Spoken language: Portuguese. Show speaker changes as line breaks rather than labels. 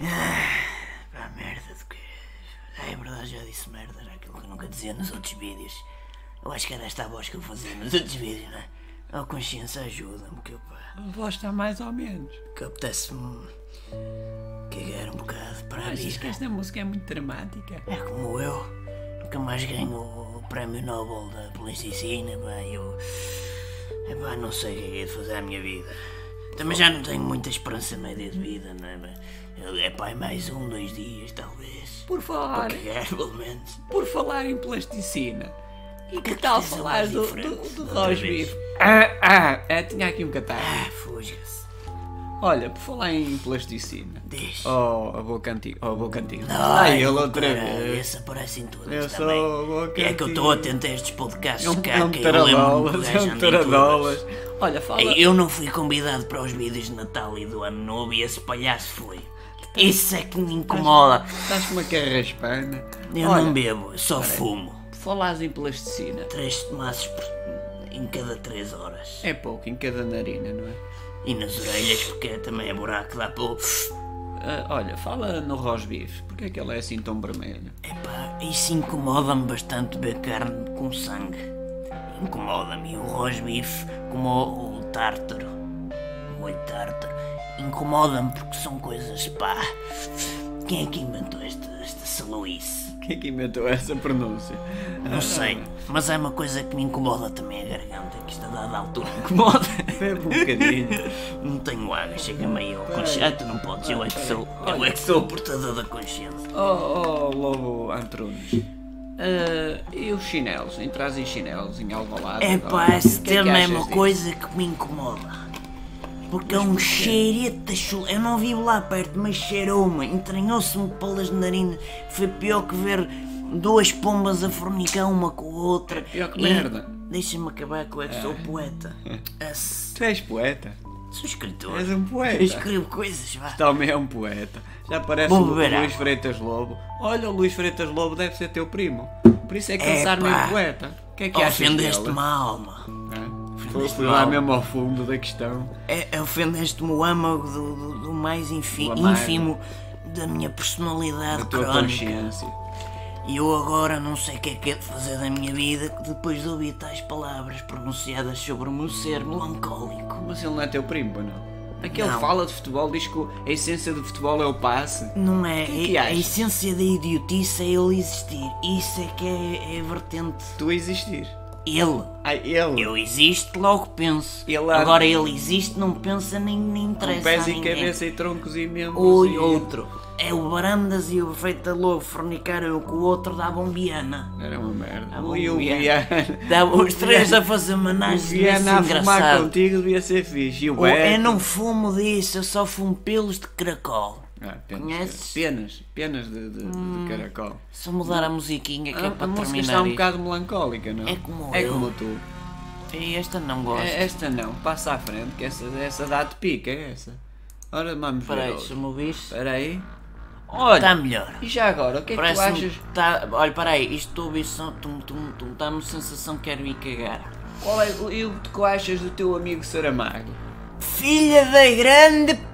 Ah, pá, merda do que. Ah, é verdade, já disse merda, era aquilo que eu nunca dizia nos outros vídeos. Eu acho que era esta a voz que eu fazia nos outros vídeos, não é? A consciência ajuda-me, que eu pá.
A voz está mais ou menos.
Que apetece-me. cagar um bocado para a
Achas que
vida.
esta música é muito dramática?
É como eu, nunca mais ganho o prémio Nobel da Policicina, pá, eu. Epá, não sei o que é que hei de fazer à minha vida. Também já não tenho muita esperança média de vida, não é? Eu- Epá, é mais um, dois dias, talvez.
Por falar,
Cagar, pelo menos.
por falar em plasticina. E que
que
tal
tens a
falar
voz
do,
diferente
do, do
da outra
roast
vez?
beef? Ah, ah, ah, tinha aqui um catarro.
Ah, fuja-se.
Olha, por falar em plasticina.
Deixa.
Oh, a boca antiga. Oh, a boca antiga.
Ai,
Ai, ele outra
cara,
vez.
Esse aparece em todas
Eu
também.
sou louco,
é que eu estou atento a estes podcasts
É um,
cá,
é um
que eu lembro
taradolas, é
gajo anda
um
em
taradolas.
todas.
Olha, fala.
Ei, Eu não fui convidado para os vídeos de Natal e do Ano Novo e esse palhaço foi. Isso é que me incomoda.
Estás com uma carraspana.
Eu
Olha,
não bebo, eu só fumo.
falas em plasticina.
Três maços por- em cada três horas.
É pouco em cada narina, não é?
E nas orelhas, porque também é buraco, dá para o...
Ah, olha, fala no rosbife. Porquê é que ele é assim tão vermelho?
Epá, isso incomoda-me bastante ver carne com sangue. Incomoda-me. E o rosbife, como o, o tártaro, o molho tártaro, incomoda-me porque são coisas, pá... Quem é que inventou esta, esta saluice?
Quem é que inventou essa pronúncia?
Não sei, mas é uma coisa que me incomoda também a garganta, que isto a dada altura incomoda.
Bebe um bocadinho.
Não tenho água, chega-me aí ao consciência. tu não podes, eu é que sou, eu é que sou o portador da consciência.
oh, oh, lobo Antunes. Ah, e os chinelos? Entras em chinelos, em Alvalade?
Epá,
agora?
esse
O que é que
termo é
achas
uma
disso?
coisa que me incomoda. Porque é um cheirete chula. Eu não vivo lá perto, mas cheirou-me, entranhou-se-me pelas narinas. Foi pior que ver duas pombas a fornicar uma com a outra.
pior que
E-
merda.
Deixa-me acabar que eu é que sou poeta. Esse-
Tu és poeta.
Sou escritor.
És um
Eu
poeta.
escrevo coisas, vá.
Também é um poeta. Já parece
Vou
o
beber
Luís
água.
Freitas Lobo. Olha, o Luís Freitas Lobo deve ser teu primo. Por isso é que ele
Epá.
sabe meio poeta. O que é que achas dele?
Ofendeste-me a alma.
Hã? Fui- Fui
mal.
lá mesmo ao fundo da questão.
É, ofendeste-me o âmago do, do- do mais infi-
Do amargo.
ínfimo da minha personalidade
da tua
crónica.
consciência.
E eu agora não sei o que é que é de fazer da minha vida depois de ouvir tais palavras pronunciadas sobre o meu ser melancólico.
Mas ele não é teu primo, pois não? Aquele
Não.
fala de futebol, diz que o- a essência do futebol é o passe.
Não é?
que é que
a, a
achas?
essência da idiotice é ele existir. Isso é que é, é a vertente.
Tu existir.
Ele.
Ai, ele.
Eu existo, logo penso.
Ele há-
agora ele existe, não pensa nem, nem interessa.
Com pés
a
e
ninguém.
cabeça e troncos e membros.
Oi,
e...
outro. É o Barandas e o Feita Lobo fornicaram um com o outro da Bombiana.
Era uma merda.
Ah,
e o
o Viana.
Viana.
Dava os três a fazer
O
managem isso
Viana a fumar
engraçado.
contigo devia ser fixe. E o
Oh, eu
Beto.
não fumo disso, eu só fumo pelos de caracol.
Ah, penas,
Conheces?
Penas. Penas de, de- de caracol.
Só mudar a musiquinha que é
a
para
a música está
terminar
um
isto.
bocado melancólica, não?
É como
é
eu.
como tu.
E esta não gosto.
É, Esta não, passa à frente, que essa, essa dá de pica, é essa. Ora, vamos
Espera
ver.
aí,
outra.
se me ouviste.
Espera aí.
Está
Olha,
melhor.
e já agora, o que é que tu
Parece-me.
achas?
que Tá... Olha, para aí, isto estou a ouvir só tum tum tum. Dá-me sensação que quero ir cagar.
Qual é e o que tu achas do teu amigo Saramago?
Filha da grande